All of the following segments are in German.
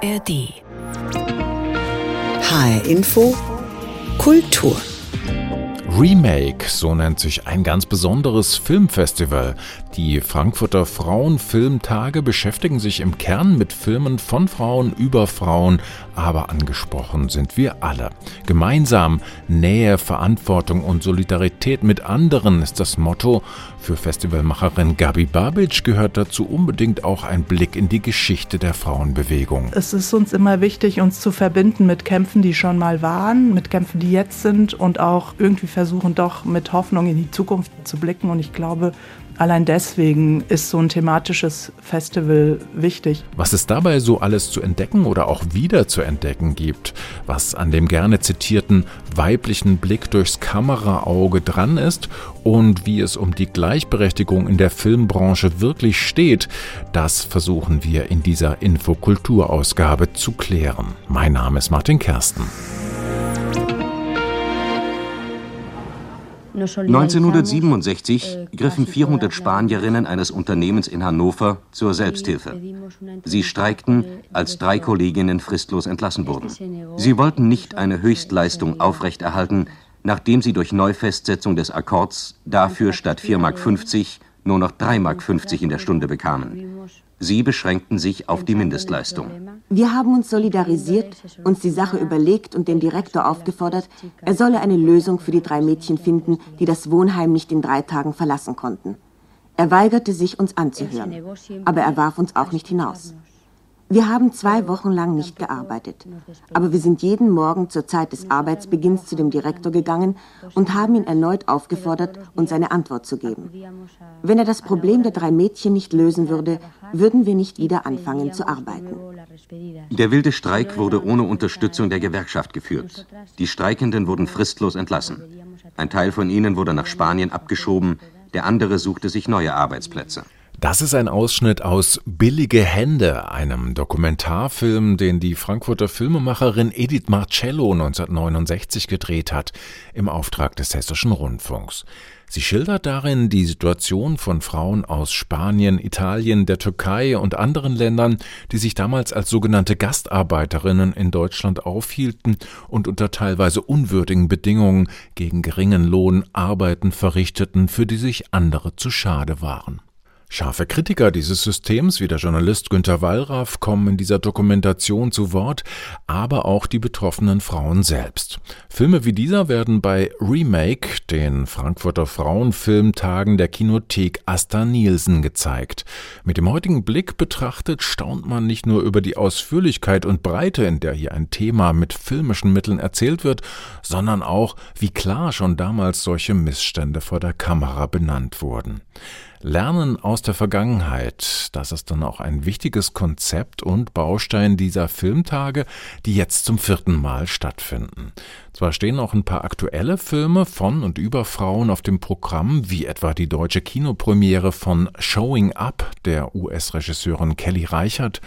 ARD. HR Info Kultur. Remake, so nennt sich ein ganz besonderes Filmfestival. Die Frankfurter Frauenfilmtage beschäftigen sich im Kern mit Filmen von Frauen über Frauen, aber angesprochen sind wir alle. Gemeinsam Nähe, Verantwortung und Solidarität mit anderen ist das Motto. Für Festivalmacherin Gabi Babic gehört dazu unbedingt auch ein Blick in die Geschichte der Frauenbewegung. Es ist uns immer wichtig, uns zu verbinden mit Kämpfen, die schon mal waren, mit Kämpfen, die jetzt sind und auch irgendwie versuchen, doch mit Hoffnung in die Zukunft zu blicken. Und ich glaube, Allein deswegen ist so ein thematisches Festival wichtig. Was es dabei so alles zu entdecken oder auch wieder zu entdecken gibt, was an dem gerne zitierten weiblichen Blick durchs Kameraauge dran ist und wie es um die Gleichberechtigung in der Filmbranche wirklich steht, das versuchen wir in dieser Infokulturausgabe zu klären. Mein Name ist Martin Kersten. 1967 griffen 400 Spanierinnen eines Unternehmens in Hannover zur Selbsthilfe. Sie streikten, als drei Kolleginnen fristlos entlassen wurden. Sie wollten nicht eine Höchstleistung aufrechterhalten, nachdem sie durch Neufestsetzung des Akkords dafür statt 4,50 Mark nur noch 3,50 Mark in der Stunde bekamen. Sie beschränkten sich auf die Mindestleistung. Wir haben uns solidarisiert, uns die Sache überlegt und den Direktor aufgefordert, er solle eine Lösung für die drei Mädchen finden, die das Wohnheim nicht in drei Tagen verlassen konnten. Er weigerte sich, uns anzuhören, aber er warf uns auch nicht hinaus. Wir haben zwei Wochen lang nicht gearbeitet, aber wir sind jeden Morgen zur Zeit des Arbeitsbeginns zu dem Direktor gegangen und haben ihn erneut aufgefordert, uns eine Antwort zu geben. Wenn er das Problem der drei Mädchen nicht lösen würde, würden wir nicht wieder anfangen zu arbeiten. Der wilde Streik wurde ohne Unterstützung der Gewerkschaft geführt. Die Streikenden wurden fristlos entlassen. Ein Teil von ihnen wurde nach Spanien abgeschoben, der andere suchte sich neue Arbeitsplätze. Das ist ein Ausschnitt aus Billige Hände, einem Dokumentarfilm, den die Frankfurter Filmemacherin Edith Marcello 1969 gedreht hat, im Auftrag des Hessischen Rundfunks. Sie schildert darin die Situation von Frauen aus Spanien, Italien, der Türkei und anderen Ländern, die sich damals als sogenannte Gastarbeiterinnen in Deutschland aufhielten und unter teilweise unwürdigen Bedingungen gegen geringen Lohn Arbeiten verrichteten, für die sich andere zu schade waren. Scharfe Kritiker dieses Systems, wie der Journalist Günter Wallraff, kommen in dieser Dokumentation zu Wort, aber auch die betroffenen Frauen selbst. Filme wie dieser werden bei Remake, den Frankfurter Frauenfilmtagen der Kinothek Asta Nielsen gezeigt. Mit dem heutigen Blick betrachtet staunt man nicht nur über die Ausführlichkeit und Breite, in der hier ein Thema mit filmischen Mitteln erzählt wird, sondern auch, wie klar schon damals solche Missstände vor der Kamera benannt wurden. Lernen aus der Vergangenheit, das ist dann auch ein wichtiges Konzept und Baustein dieser Filmtage, die jetzt zum vierten Mal stattfinden. Zwar stehen auch ein paar aktuelle Filme von und über Frauen auf dem Programm, wie etwa die deutsche Kinopremiere von Showing Up der US-Regisseurin Kelly Reichert,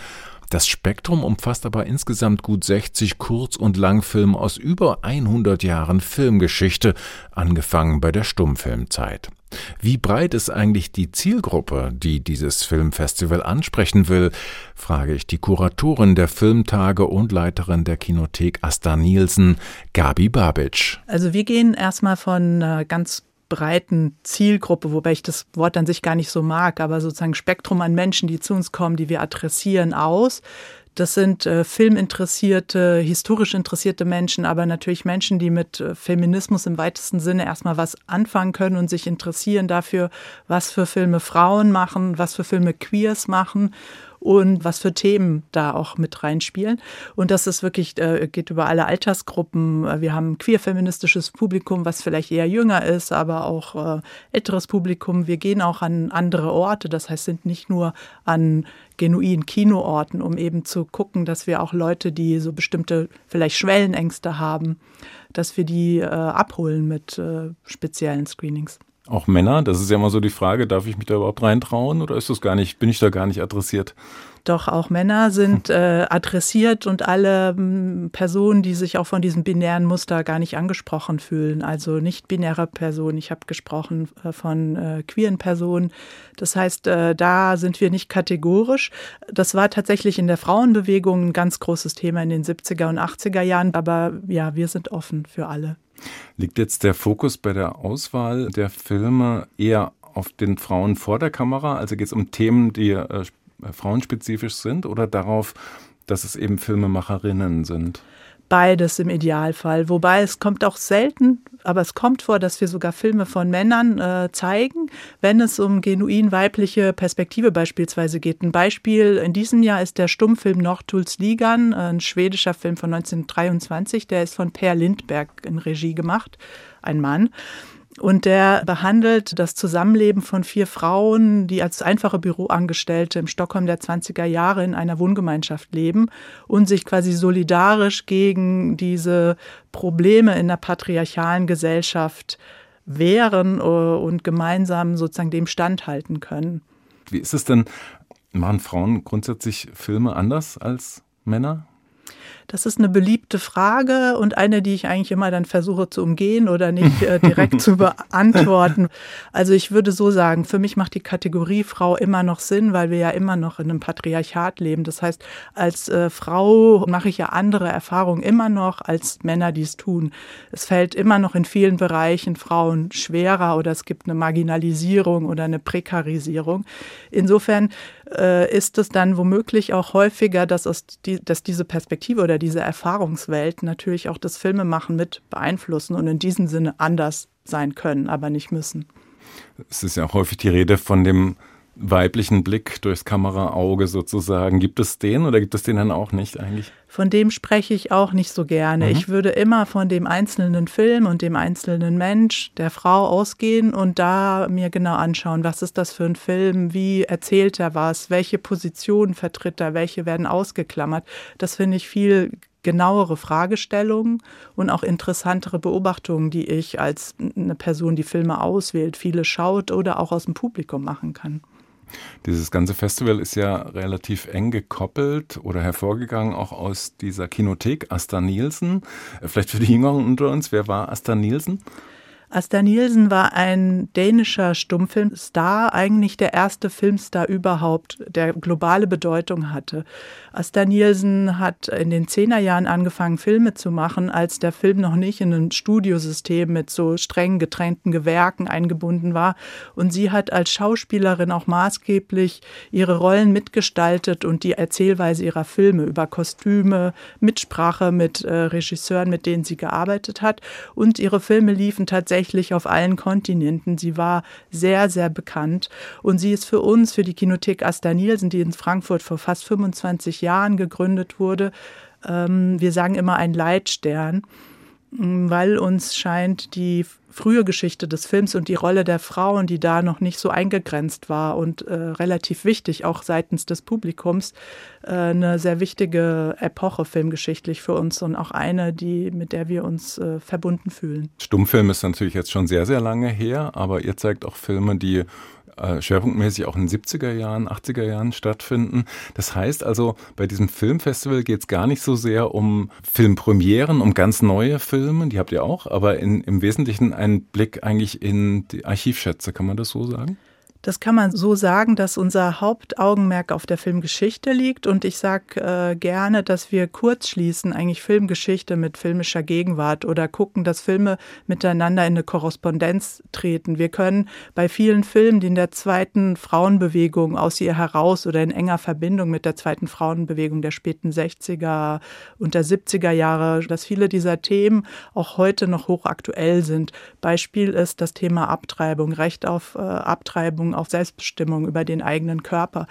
das Spektrum umfasst aber insgesamt gut 60 Kurz- und Langfilme aus über 100 Jahren Filmgeschichte, angefangen bei der Stummfilmzeit. Wie breit ist eigentlich die Zielgruppe, die dieses Filmfestival ansprechen will, frage ich die Kuratorin der Filmtage und Leiterin der Kinothek Asta Nielsen, Gabi Babic. Also wir gehen erstmal von äh, ganz breiten Zielgruppe, wobei ich das Wort an sich gar nicht so mag, aber sozusagen Spektrum an Menschen, die zu uns kommen, die wir adressieren, aus. Das sind äh, filminteressierte, historisch interessierte Menschen, aber natürlich Menschen, die mit äh, Feminismus im weitesten Sinne erstmal was anfangen können und sich interessieren dafür, was für Filme Frauen machen, was für Filme Queers machen und was für Themen da auch mit reinspielen. Und das ist wirklich, äh, geht über alle Altersgruppen. Äh, Wir haben queer-feministisches Publikum, was vielleicht eher jünger ist, aber auch äh, älteres Publikum. Wir gehen auch an andere Orte, das heißt, sind nicht nur an genuinen Kinoorten, um eben zu gucken, dass wir auch Leute, die so bestimmte vielleicht Schwellenängste haben, dass wir die äh, abholen mit äh, speziellen Screenings. auch Männer? Das ist ja immer so die Frage, darf ich mich da überhaupt reintrauen oder ist das gar nicht, bin ich da gar nicht adressiert? Doch, auch Männer sind äh, adressiert und alle m, Personen, die sich auch von diesem binären Muster gar nicht angesprochen fühlen. Also nicht binäre Personen. Ich habe gesprochen äh, von äh, queeren Personen. Das heißt, äh, da sind wir nicht kategorisch. Das war tatsächlich in der Frauenbewegung ein ganz großes Thema in den 70er und 80er Jahren. Aber ja, wir sind offen für alle. Liegt jetzt der Fokus bei der Auswahl der Filme eher auf den Frauen vor der Kamera? Also geht es um Themen, die äh, frauenspezifisch sind oder darauf, dass es eben Filmemacherinnen sind? Beides im Idealfall. Wobei es kommt auch selten, aber es kommt vor, dass wir sogar Filme von Männern äh, zeigen, wenn es um genuin weibliche Perspektive beispielsweise geht. Ein Beispiel in diesem Jahr ist der Stummfilm Nordtuls Ligan, äh, ein schwedischer Film von 1923. Der ist von Per Lindberg in Regie gemacht, ein Mann. Und der behandelt das Zusammenleben von vier Frauen, die als einfache Büroangestellte im Stockholm der 20er Jahre in einer Wohngemeinschaft leben und sich quasi solidarisch gegen diese Probleme in der patriarchalen Gesellschaft wehren äh, und gemeinsam sozusagen dem standhalten können. Wie ist es denn, machen Frauen grundsätzlich Filme anders als Männer? Das ist eine beliebte Frage und eine, die ich eigentlich immer dann versuche zu umgehen oder nicht äh, direkt zu beantworten. Also ich würde so sagen, für mich macht die Kategorie Frau immer noch Sinn, weil wir ja immer noch in einem Patriarchat leben. Das heißt, als äh, Frau mache ich ja andere Erfahrungen immer noch als Männer, die es tun. Es fällt immer noch in vielen Bereichen Frauen schwerer oder es gibt eine Marginalisierung oder eine Prekarisierung. Insofern äh, ist es dann womöglich auch häufiger, dass, aus die, dass diese Perspektive oder diese Erfahrungswelt natürlich auch das Filmemachen mit beeinflussen und in diesem Sinne anders sein können, aber nicht müssen. Es ist ja auch häufig die Rede von dem weiblichen Blick durchs Kameraauge sozusagen. Gibt es den oder gibt es den dann auch nicht eigentlich? Von dem spreche ich auch nicht so gerne. Mhm. Ich würde immer von dem einzelnen Film und dem einzelnen Mensch, der Frau ausgehen und da mir genau anschauen, was ist das für ein Film, wie erzählt er was, welche Positionen vertritt er, welche werden ausgeklammert. Das finde ich viel genauere Fragestellungen und auch interessantere Beobachtungen, die ich als eine Person, die Filme auswählt, viele schaut oder auch aus dem Publikum machen kann. Dieses ganze Festival ist ja relativ eng gekoppelt oder hervorgegangen auch aus dieser Kinothek Asta Nielsen. Äh, Vielleicht für die Jüngeren unter uns, wer war Asta Nielsen? Asta Nielsen war ein dänischer Stummfilmstar, eigentlich der erste Filmstar überhaupt, der globale Bedeutung hatte. Asta Nielsen hat in den Zehnerjahren angefangen, Filme zu machen, als der Film noch nicht in ein Studiosystem mit so streng getrennten Gewerken eingebunden war. Und sie hat als Schauspielerin auch maßgeblich ihre Rollen mitgestaltet und die Erzählweise ihrer Filme über Kostüme, Mitsprache mit äh, Regisseuren, mit denen sie gearbeitet hat. Und ihre Filme liefen tatsächlich auf allen Kontinenten. Sie war sehr, sehr bekannt. Und sie ist für uns, für die Kinothek Asta Nielsen, die in Frankfurt vor fast 25 Jahren gegründet wurde, ähm, wir sagen immer ein Leitstern, weil uns scheint, die frühe Geschichte des Films und die Rolle der Frauen, die da noch nicht so eingegrenzt war und äh, relativ wichtig, auch seitens des Publikums, äh, eine sehr wichtige Epoche filmgeschichtlich für uns und auch eine, die, mit der wir uns äh, verbunden fühlen. Stummfilm ist natürlich jetzt schon sehr, sehr lange her, aber ihr zeigt auch Filme, die äh, schwerpunktmäßig auch in den 70er Jahren, 80er Jahren stattfinden. Das heißt also, bei diesem Filmfestival geht es gar nicht so sehr um Filmpremieren, um ganz neue Filme, die habt ihr auch, aber in, im Wesentlichen einen Blick eigentlich in die Archivschätze, kann man das so sagen? Das kann man so sagen, dass unser Hauptaugenmerk auf der Filmgeschichte liegt. Und ich sage äh, gerne, dass wir kurzschließen, eigentlich Filmgeschichte mit filmischer Gegenwart oder gucken, dass Filme miteinander in eine Korrespondenz treten. Wir können bei vielen Filmen, die in der zweiten Frauenbewegung aus ihr heraus oder in enger Verbindung mit der zweiten Frauenbewegung der späten 60er und der 70er Jahre, dass viele dieser Themen auch heute noch hochaktuell sind. Beispiel ist das Thema Abtreibung, Recht auf äh, Abtreibung auf Selbstbestimmung über den eigenen Körper.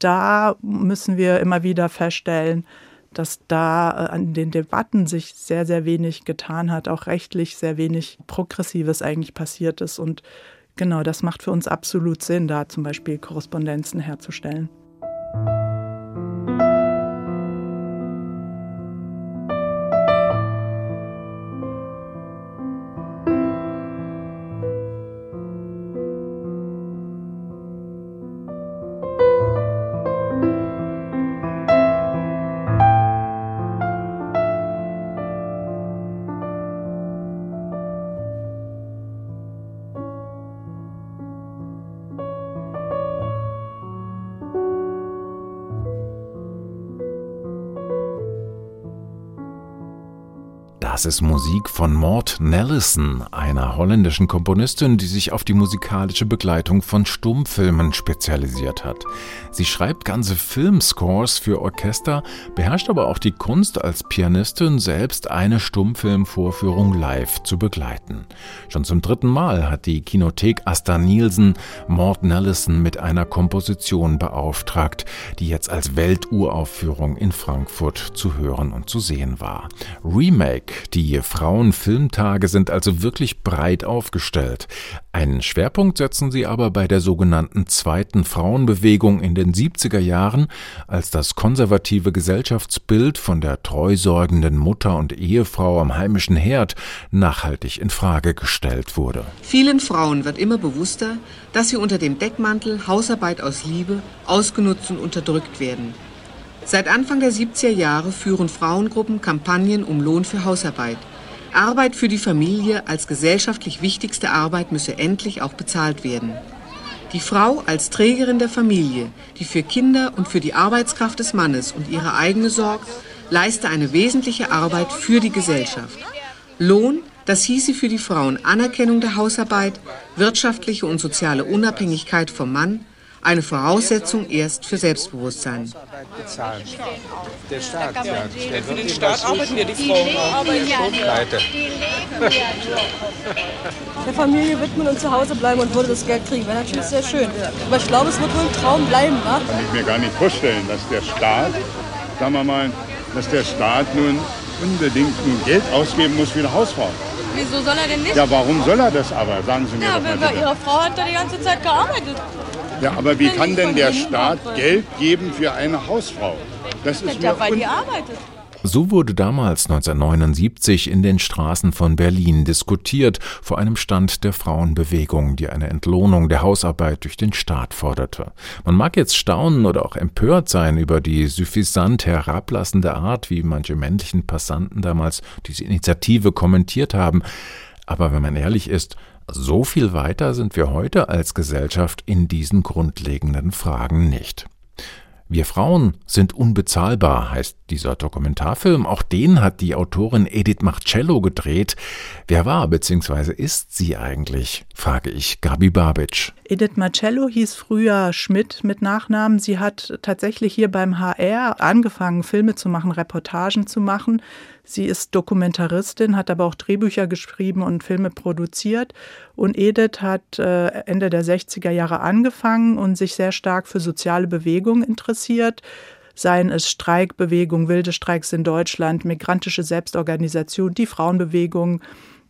Da müssen wir immer wieder feststellen, dass da äh, an den Debatten sich sehr, sehr wenig getan hat, auch rechtlich sehr wenig Progressives eigentlich passiert ist. Und genau, das macht für uns absolut Sinn, da zum Beispiel Korrespondenzen herzustellen. Das ist Musik von Maud Nellison, einer holländischen Komponistin, die sich auf die musikalische Begleitung von Stummfilmen spezialisiert hat. Sie schreibt ganze Filmscores für Orchester, beherrscht aber auch die Kunst, als Pianistin selbst eine Stummfilmvorführung live zu begleiten. Schon zum dritten Mal hat die Kinothek Asta Nielsen Maud Nellison mit einer Komposition beauftragt, die jetzt als Welturaufführung in Frankfurt zu hören und zu sehen war. Remake die Frauenfilmtage sind also wirklich breit aufgestellt. Einen Schwerpunkt setzen sie aber bei der sogenannten zweiten Frauenbewegung in den 70er Jahren, als das konservative Gesellschaftsbild von der treusorgenden Mutter und Ehefrau am heimischen Herd nachhaltig in Frage gestellt wurde. Vielen Frauen wird immer bewusster, dass sie unter dem Deckmantel Hausarbeit aus Liebe ausgenutzt und unterdrückt werden. Seit Anfang der 70er Jahre führen Frauengruppen Kampagnen um Lohn für Hausarbeit. Arbeit für die Familie als gesellschaftlich wichtigste Arbeit müsse endlich auch bezahlt werden. Die Frau als Trägerin der Familie, die für Kinder und für die Arbeitskraft des Mannes und ihre eigene sorgt, leiste eine wesentliche Arbeit für die Gesellschaft. Lohn, das hieße für die Frauen Anerkennung der Hausarbeit, wirtschaftliche und soziale Unabhängigkeit vom Mann, eine Voraussetzung erst für Selbstbewusstsein. Der Staat, ja. Der für den Staat arbeiten ja die Frauen auch. Der ist pleite. Der Familie widmen und zu Hause bleiben und würde das Geld kriegen. Wäre natürlich sehr schön. Aber ich glaube, es wird wohl ein Traum bleiben, wa? Kann ich mir gar nicht vorstellen, dass der Staat, sagen wir mal, dass der Staat nun unbedingt nun Geld ausgeben muss für eine Hausfrau. Wieso soll er denn nicht? Ja, warum soll er das aber? Sagen Sie mir Ja, doch mal aber bei bitte. ihrer Frau hat er die ganze Zeit gearbeitet. Ja, aber wie kann denn der Staat Nebenfrau. Geld geben für eine Hausfrau? Das ist Ja, mir weil un die arbeitet. So wurde damals 1979 in den Straßen von Berlin diskutiert vor einem Stand der Frauenbewegung, die eine Entlohnung der Hausarbeit durch den Staat forderte. Man mag jetzt staunen oder auch empört sein über die suffisant herablassende Art, wie manche männlichen Passanten damals diese Initiative kommentiert haben. Aber wenn man ehrlich ist, so viel weiter sind wir heute als Gesellschaft in diesen grundlegenden Fragen nicht. Wir Frauen sind unbezahlbar, heißt dieser Dokumentarfilm. Auch den hat die Autorin Edith Marcello gedreht. Wer war bzw. ist sie eigentlich? frage ich Gabi Babic. Edith Marcello hieß früher Schmidt mit Nachnamen. Sie hat tatsächlich hier beim HR angefangen, Filme zu machen, Reportagen zu machen. Sie ist Dokumentaristin, hat aber auch Drehbücher geschrieben und Filme produziert. Und Edith hat äh, Ende der 60er Jahre angefangen und sich sehr stark für soziale Bewegungen interessiert. Seien es Streikbewegung, wilde Streiks in Deutschland, migrantische Selbstorganisation, die Frauenbewegung,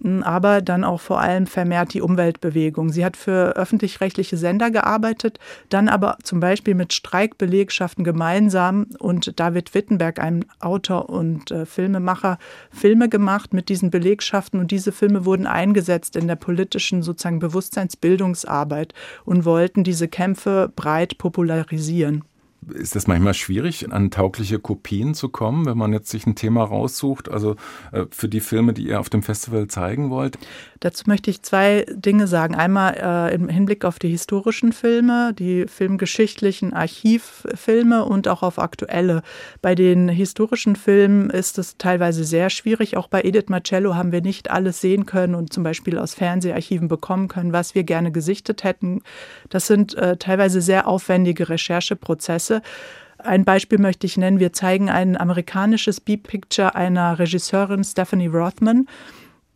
Hm, aber dann auch vor allem vermehrt die Umweltbewegung. Sie hat für öffentlich-rechtliche Sender gearbeitet, dann aber zum Beispiel mit Streikbelegschaften gemeinsam und David Wittenberg, einem Autor und äh, Filmemacher, Filme gemacht mit diesen Belegschaften und diese Filme wurden eingesetzt in der politischen sozusagen Bewusstseinsbildungsarbeit und wollten diese Kämpfe breit popularisieren. Ist das manchmal schwierig, an taugliche Kopien zu kommen, wenn man jetzt sich ein Thema raussucht, also äh, für die Filme, die ihr auf dem Festival zeigen wollt? Dazu möchte ich zwei Dinge sagen. Einmal äh, im Hinblick auf die historischen Filme, die filmgeschichtlichen Archivfilme und auch auf aktuelle. Bei den historischen Filmen ist es teilweise sehr schwierig. Auch bei Edith Marcello haben wir nicht alles sehen können und zum Beispiel aus Fernseharchiven bekommen können, was wir gerne gesichtet hätten. Das sind äh, teilweise sehr aufwendige Rechercheprozesse. Ein Beispiel möchte ich nennen. Wir zeigen ein amerikanisches B-Picture einer Regisseurin Stephanie Rothman.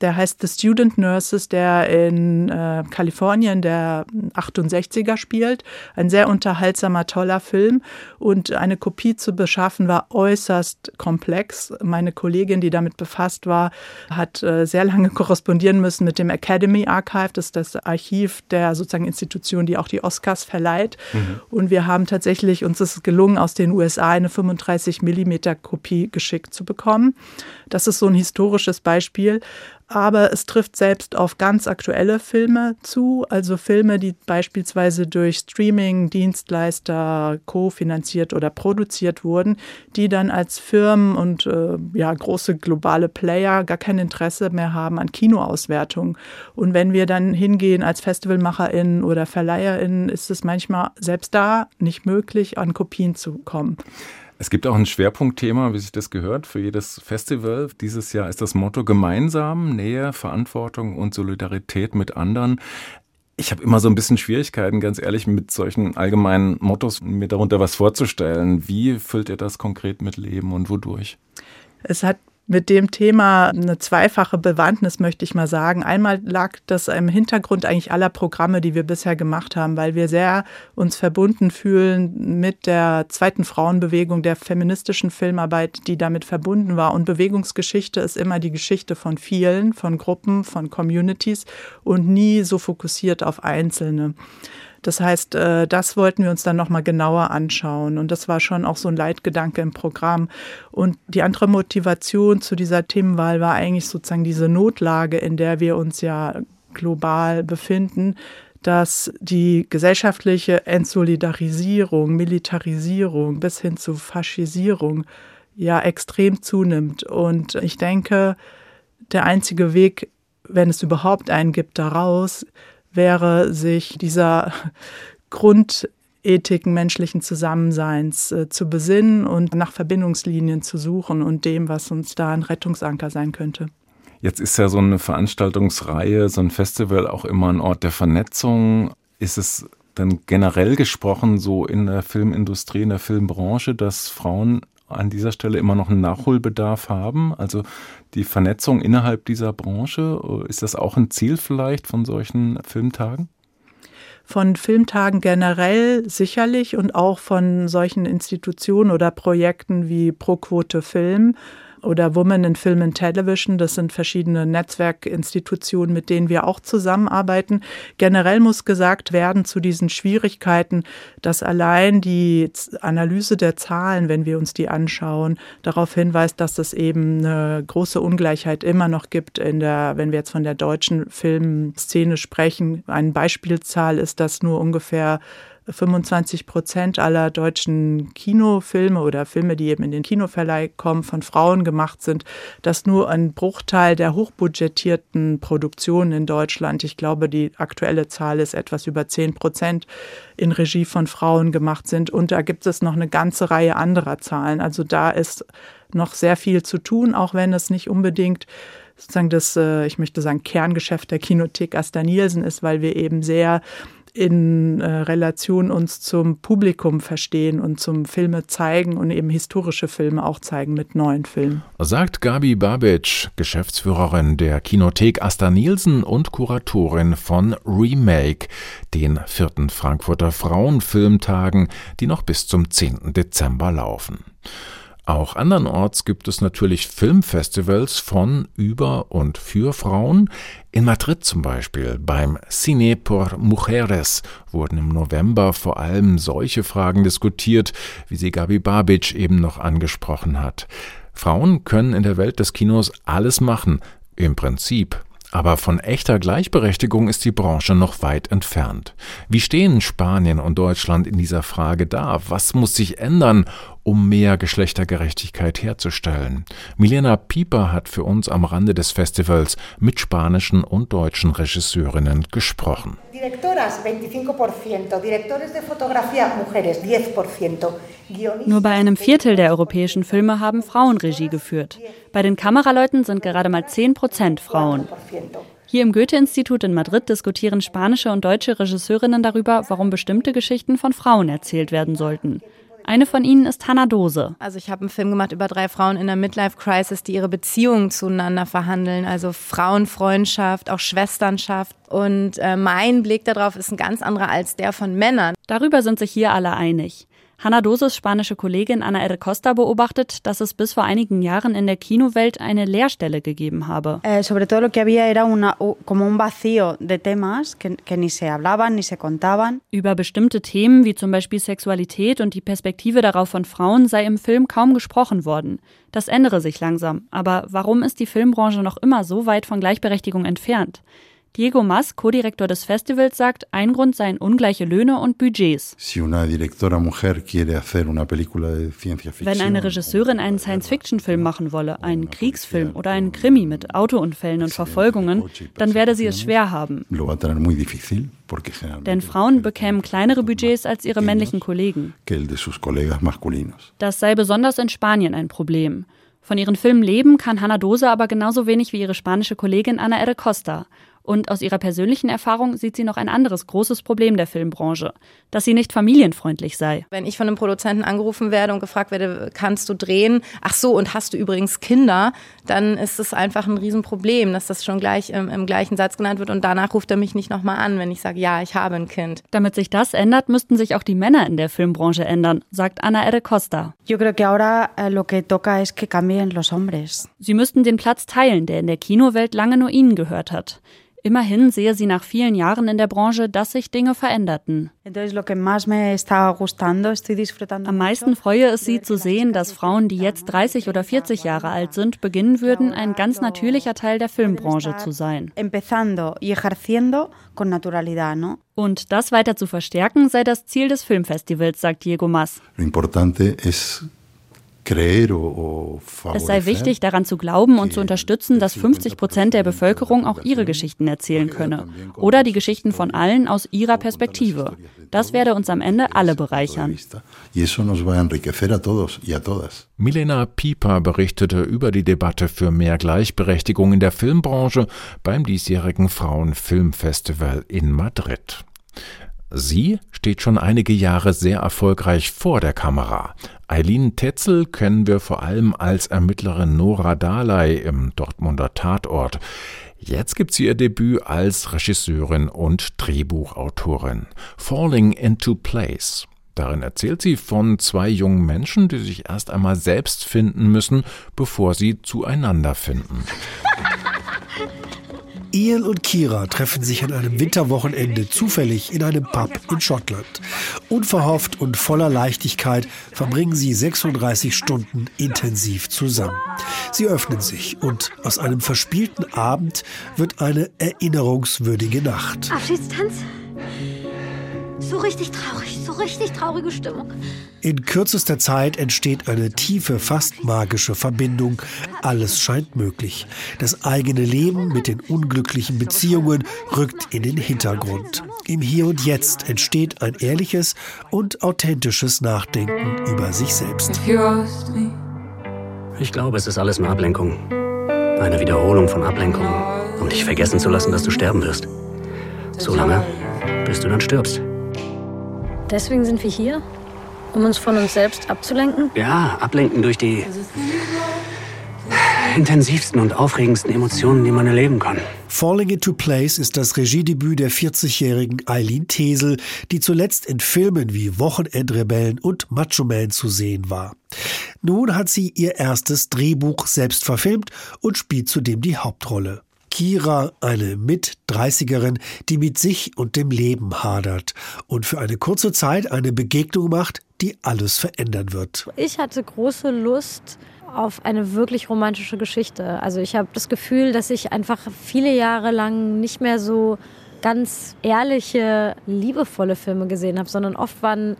Der heißt The Student Nurses, der in äh, Kalifornien der 68er spielt. Ein sehr unterhaltsamer, toller Film. Und eine Kopie zu beschaffen war äußerst komplex. Meine Kollegin, die damit befasst war, hat äh, sehr lange korrespondieren müssen mit dem Academy Archive. Das ist das Archiv der sozusagen Institution, die auch die Oscars verleiht. Und wir haben tatsächlich, uns ist es gelungen, aus den USA eine 35 Millimeter Kopie geschickt zu bekommen. Das ist so ein historisches Beispiel. Aber es trifft selbst auf ganz aktuelle Filme zu, also Filme, die beispielsweise durch Streaming-Dienstleister co-finanziert oder produziert wurden, die dann als Firmen und äh, ja, große globale Player gar kein Interesse mehr haben an Kinoauswertungen. Und wenn wir dann hingehen als FestivalmacherInnen oder VerleiherInnen, ist es manchmal selbst da nicht möglich, an Kopien zu kommen. Es gibt auch ein Schwerpunktthema, wie sich das gehört, für jedes Festival. Dieses Jahr ist das Motto gemeinsam, Nähe, Verantwortung und Solidarität mit anderen. Ich habe immer so ein bisschen Schwierigkeiten, ganz ehrlich, mit solchen allgemeinen Mottos mir darunter was vorzustellen. Wie füllt ihr das konkret mit Leben und wodurch? Es hat mit dem Thema eine zweifache Bewandtnis, möchte ich mal sagen. Einmal lag das im Hintergrund eigentlich aller Programme, die wir bisher gemacht haben, weil wir sehr uns verbunden fühlen mit der zweiten Frauenbewegung, der feministischen Filmarbeit, die damit verbunden war. Und Bewegungsgeschichte ist immer die Geschichte von vielen, von Gruppen, von Communities und nie so fokussiert auf Einzelne. Das heißt, äh, das wollten wir uns dann nochmal genauer anschauen. Und das war schon auch so ein Leitgedanke im Programm. Und die andere Motivation zu dieser Themenwahl war eigentlich sozusagen diese Notlage, in der wir uns ja global befinden, dass die gesellschaftliche Entsolidarisierung, Militarisierung bis hin zu Faschisierung ja extrem zunimmt. Und ich denke, der einzige Weg, wenn es überhaupt einen gibt, daraus, wäre, sich dieser Grundethiken menschlichen Zusammenseins äh, zu besinnen und nach Verbindungslinien zu suchen und dem, was uns da ein Rettungsanker sein könnte. Jetzt ist ja so eine Veranstaltungsreihe, so ein Festival auch immer ein Ort der Vernetzung. Ist es dann generell gesprochen so in der Filmindustrie, in der Filmbranche, dass Frauen an dieser Stelle immer noch einen Nachholbedarf haben? Also die Vernetzung innerhalb dieser Branche, ist das auch ein Ziel vielleicht von solchen Filmtagen? Von Filmtagen generell sicherlich und auch von solchen Institutionen oder Projekten wie Pro Quote Film oder Women in Film and Television. Das sind verschiedene Netzwerkinstitutionen, mit denen wir auch zusammenarbeiten. Generell muss gesagt werden zu diesen Schwierigkeiten, dass allein die Analyse der Zahlen, wenn wir uns die anschauen, darauf hinweist, dass es eben eine große Ungleichheit immer noch gibt in der, wenn wir jetzt von der deutschen Filmszene sprechen. Eine Beispielzahl ist, dass nur ungefähr 25 Prozent aller deutschen Kinofilme oder Filme, die eben in den Kinoverleih kommen, von Frauen gemacht sind, dass nur ein Bruchteil der hochbudgetierten Produktionen in Deutschland, ich glaube, die aktuelle Zahl ist etwas über 10 Prozent, in Regie von Frauen gemacht sind. Und da gibt es noch eine ganze Reihe anderer Zahlen. Also da ist noch sehr viel zu tun, auch wenn es nicht unbedingt sozusagen das, äh, ich möchte sagen, Kerngeschäft der Kinothek Asta Nielsen ist, weil wir eben sehr in äh, Relation uns zum Publikum verstehen und zum Filme zeigen und eben historische Filme auch zeigen mit neuen Filmen. Sagt Gabi Babic, Geschäftsführerin der Kinothek Asta Nielsen und Kuratorin von Remake, den vierten Frankfurter Frauenfilmtagen, die noch bis zum 10. Dezember laufen. Auch andernorts gibt es natürlich Filmfestivals von, über und für Frauen. In Madrid zum Beispiel beim Cine por Mujeres wurden im November vor allem solche Fragen diskutiert, wie sie Gabi Babic eben noch angesprochen hat. Frauen können in der Welt des Kinos alles machen, im Prinzip. Aber von echter Gleichberechtigung ist die Branche noch weit entfernt. Wie stehen Spanien und Deutschland in dieser Frage da? Was muss sich ändern, um mehr Geschlechtergerechtigkeit herzustellen? Milena Pieper hat für uns am Rande des Festivals mit spanischen und deutschen Regisseurinnen gesprochen. Nur bei einem Viertel der europäischen Filme haben Frauen Regie geführt. Bei den Kameraleuten sind gerade mal 10 Prozent Frauen. Hier im Goethe-Institut in Madrid diskutieren spanische und deutsche Regisseurinnen darüber, warum bestimmte Geschichten von Frauen erzählt werden sollten. Eine von ihnen ist Hannah Dose. Also ich habe einen Film gemacht über drei Frauen in der Midlife-Crisis, die ihre Beziehungen zueinander verhandeln. Also Frauenfreundschaft, auch Schwesternschaft. Und äh, mein Blick darauf ist ein ganz anderer als der von Männern. Darüber sind sich hier alle einig. Hanna Doses spanische Kollegin Ana R. Costa beobachtet, dass es bis vor einigen Jahren in der Kinowelt eine Leerstelle gegeben habe. Über bestimmte Themen wie zum Beispiel Sexualität und die Perspektive darauf von Frauen sei im Film kaum gesprochen worden. Das ändere sich langsam. Aber warum ist die Filmbranche noch immer so weit von Gleichberechtigung entfernt? Diego Mas, Co-Direktor des Festivals, sagt, ein Grund seien ungleiche Löhne und Budgets. Wenn Wenn eine Regisseurin einen Science-Fiction-Film machen wolle, einen Kriegsfilm oder einen Krimi mit Autounfällen und Verfolgungen, dann werde sie es schwer haben. Lo va a tener muy difícil porque generalmente Denn Frauen bekämen kleinere Budgets als ihre männlichen Kollegen. que el de sus colegas masculinos. Das sei besonders in Spanien ein Problem. Von ihren Filmen leben kann Hannah Dose aber genauso wenig wie ihre spanische Kollegin Ana Ere Costa. Und aus ihrer persönlichen Erfahrung sieht sie noch ein anderes großes Problem der Filmbranche, dass sie nicht familienfreundlich sei. Wenn ich von einem Produzenten angerufen werde und gefragt werde, kannst du drehen? Ach so, und hast du übrigens Kinder? Dann ist es einfach ein Riesenproblem, dass das schon gleich im, im gleichen Satz genannt wird und danach ruft er mich nicht nochmal an, wenn ich sage, ja, ich habe ein Kind. Damit sich das ändert, müssten sich auch die Männer in der Filmbranche ändern, sagt Ana Ere Costa. Sie müssten den Platz teilen, der in der Kinowelt lange nur ihnen gehört hat. Immerhin sehe sie nach vielen Jahren in der Branche, dass sich Dinge veränderten. Am meisten freue es sie zu sehen, dass Frauen, die jetzt 30 oder 40 Jahre alt sind, beginnen würden, ein ganz natürlicher Teil der Filmbranche zu sein. Und das weiter zu verstärken, sei das Ziel des Filmfestivals, sagt Diego Mas. Lo importante es creer o, o Es sei favorecer wichtig, daran zu glauben und zu unterstützen, dass 50 Prozent der Bevölkerung auch ihre Geschichten erzählen könne. Oder die Geschichten von allen aus ihrer Perspektive. Das werde uns am Ende alle bereichern. y eso nos va a enriquecer a todos y a todas. Milena Pieper berichtete über die Debatte für mehr Gleichberechtigung in der Filmbranche beim diesjährigen Frauenfilmfestival in Madrid. Sie steht schon einige Jahre sehr erfolgreich vor der Kamera. Eileen Tetzel kennen wir vor allem als Ermittlerin Nora Dahley im Dortmunder Tatort. Jetzt gibt sie ihr Debüt als Regisseurin und Drehbuchautorin. Falling into Place. Darin erzählt sie von zwei jungen Menschen, die sich erst einmal selbst finden müssen, bevor sie zueinander finden. Ian und Kira treffen sich an einem Winterwochenende zufällig in einem Pub in Schottland. Unverhofft und voller Leichtigkeit verbringen sie 36 Stunden intensiv zusammen. Sie öffnen sich und aus einem verspielten Abend wird eine erinnerungswürdige Nacht. Abschiedstanz? So richtig traurig, so richtig traurige Stimmung. In kürzester Zeit entsteht eine tiefe, fast magische Verbindung. Alles scheint möglich. Das eigene Leben mit den unglücklichen Beziehungen rückt in den Hintergrund. Im Hier und Jetzt entsteht ein ehrliches und authentisches Nachdenken über sich selbst. Ich glaube, es ist alles nur Ablenkung. Eine Wiederholung von Ablenkung, um dich vergessen zu lassen, dass du sterben wirst. So lange, bis du dann stirbst. Deswegen sind wir hier, um uns von uns selbst abzulenken. Ja, ablenken durch die intensivsten und aufregendsten Emotionen, die man erleben kann. Falling into Place ist das Regiedebüt der 40-jährigen Eileen Tesel, die zuletzt in Filmen wie Wochenendrebellen und Macho Man zu sehen war. Nun hat sie ihr erstes Drehbuch selbst verfilmt und spielt zudem die Hauptrolle. Kira, eine Mit-30erin, die mit sich und dem Leben hadert und für eine kurze Zeit eine Begegnung macht, die alles verändern wird. Ich hatte große Lust auf eine wirklich romantische Geschichte. Also ich habe das Gefühl, dass ich einfach viele Jahre lang nicht mehr so ganz ehrliche, liebevolle Filme gesehen habe, sondern oft waren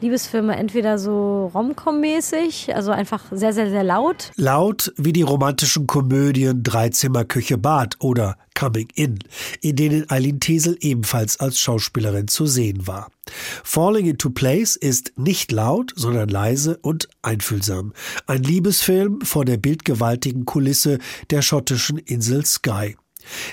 Liebesfilme entweder so Rom-Com-mäßig, also einfach sehr, sehr, sehr laut. Laut wie die romantischen Komödien Dreizimmer Küche Bad oder Coming In, in denen Eileen Tesel ebenfalls als Schauspielerin zu sehen war. Falling into Place ist nicht laut, sondern leise und einfühlsam. Ein Liebesfilm vor der bildgewaltigen Kulisse der schottischen Insel Skye.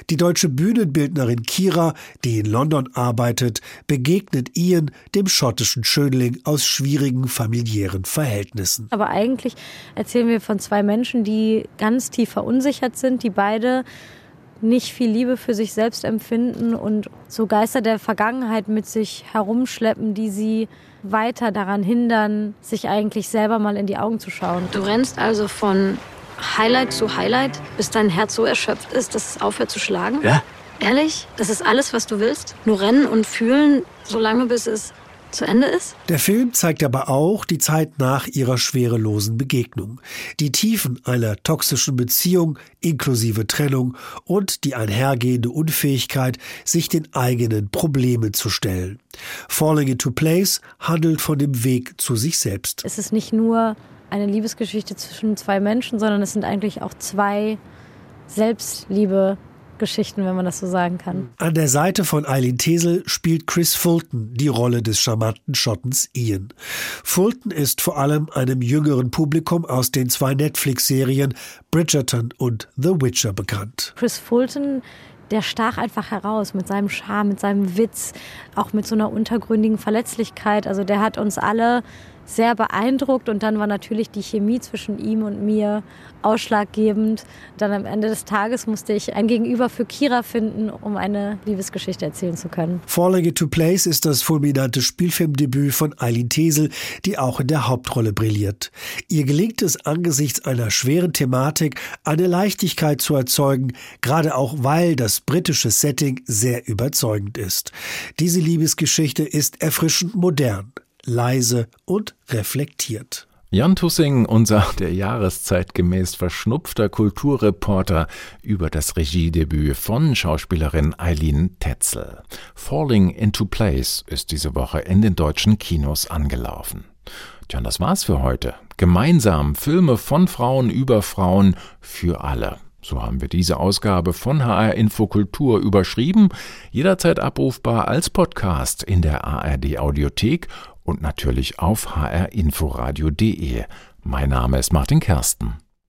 Die deutsche Bühnenbildnerin Kira, die in London arbeitet, begegnet Ian, dem schottischen Schönling aus schwierigen familiären Verhältnissen. Aber eigentlich erzählen wir von zwei Menschen, die ganz tief verunsichert sind, die beide nicht viel Liebe für sich selbst empfinden und so Geister der Vergangenheit mit sich herumschleppen, die sie weiter daran hindern, sich eigentlich selber mal in die Augen zu schauen. Du rennst also von Highlight zu Highlight, bis dein Herz so erschöpft ist, dass es aufhört zu schlagen? Ja. Ehrlich? Das ist alles, was du willst? Nur rennen und fühlen, solange bis es zu Ende ist? Der Film zeigt aber auch die Zeit nach ihrer schwerelosen Begegnung, die Tiefen einer toxischen Beziehung inklusive Trennung und die einhergehende Unfähigkeit, sich den eigenen Problemen zu stellen. Falling into Place handelt von dem Weg zu sich selbst. Es ist nicht nur eine Liebesgeschichte zwischen zwei Menschen, sondern es sind eigentlich auch zwei Selbstliebe Geschichten, wenn man das so sagen kann. An der Seite von Eileen Tesel spielt Chris Fulton die Rolle des charmanten Schottens Ian. Fulton ist vor allem einem jüngeren Publikum aus den zwei Netflix-Serien Bridgerton und The Witcher bekannt. Chris Fulton der stach einfach heraus mit seinem Charme, mit seinem Witz, auch mit so einer untergründigen Verletzlichkeit. Also der hat uns alle sehr beeindruckt und dann war natürlich die Chemie zwischen ihm und mir ausschlaggebend. Dann am Ende des Tages musste ich ein Gegenüber für Kira finden, um eine Liebesgeschichte erzählen zu können. Falling into Place ist das fulminante Spielfilmdebüt von Eileen Tesel, die auch in der Hauptrolle brilliert. Ihr gelingt es angesichts einer schweren Thematik, eine Leichtigkeit zu erzeugen, gerade auch weil das britische Setting sehr überzeugend ist. Diese Liebesgeschichte ist erfrischend modern, leise und reflektiert. Jan Tussing, unser der Jahreszeit gemäß verschnupfter Kulturreporter über das Regiedebüt von Schauspielerin Eileen Tetzel. Falling into Place ist diese Woche in den deutschen Kinos angelaufen. Tja, das war's für heute. Gemeinsam Filme von Frauen über Frauen für alle. So haben wir diese Ausgabe von HR Infokultur überschrieben, jederzeit abrufbar als Podcast in der ARD Audiothek und natürlich auf hrinforadio.de. Mein Name E. ist Martin Kersten.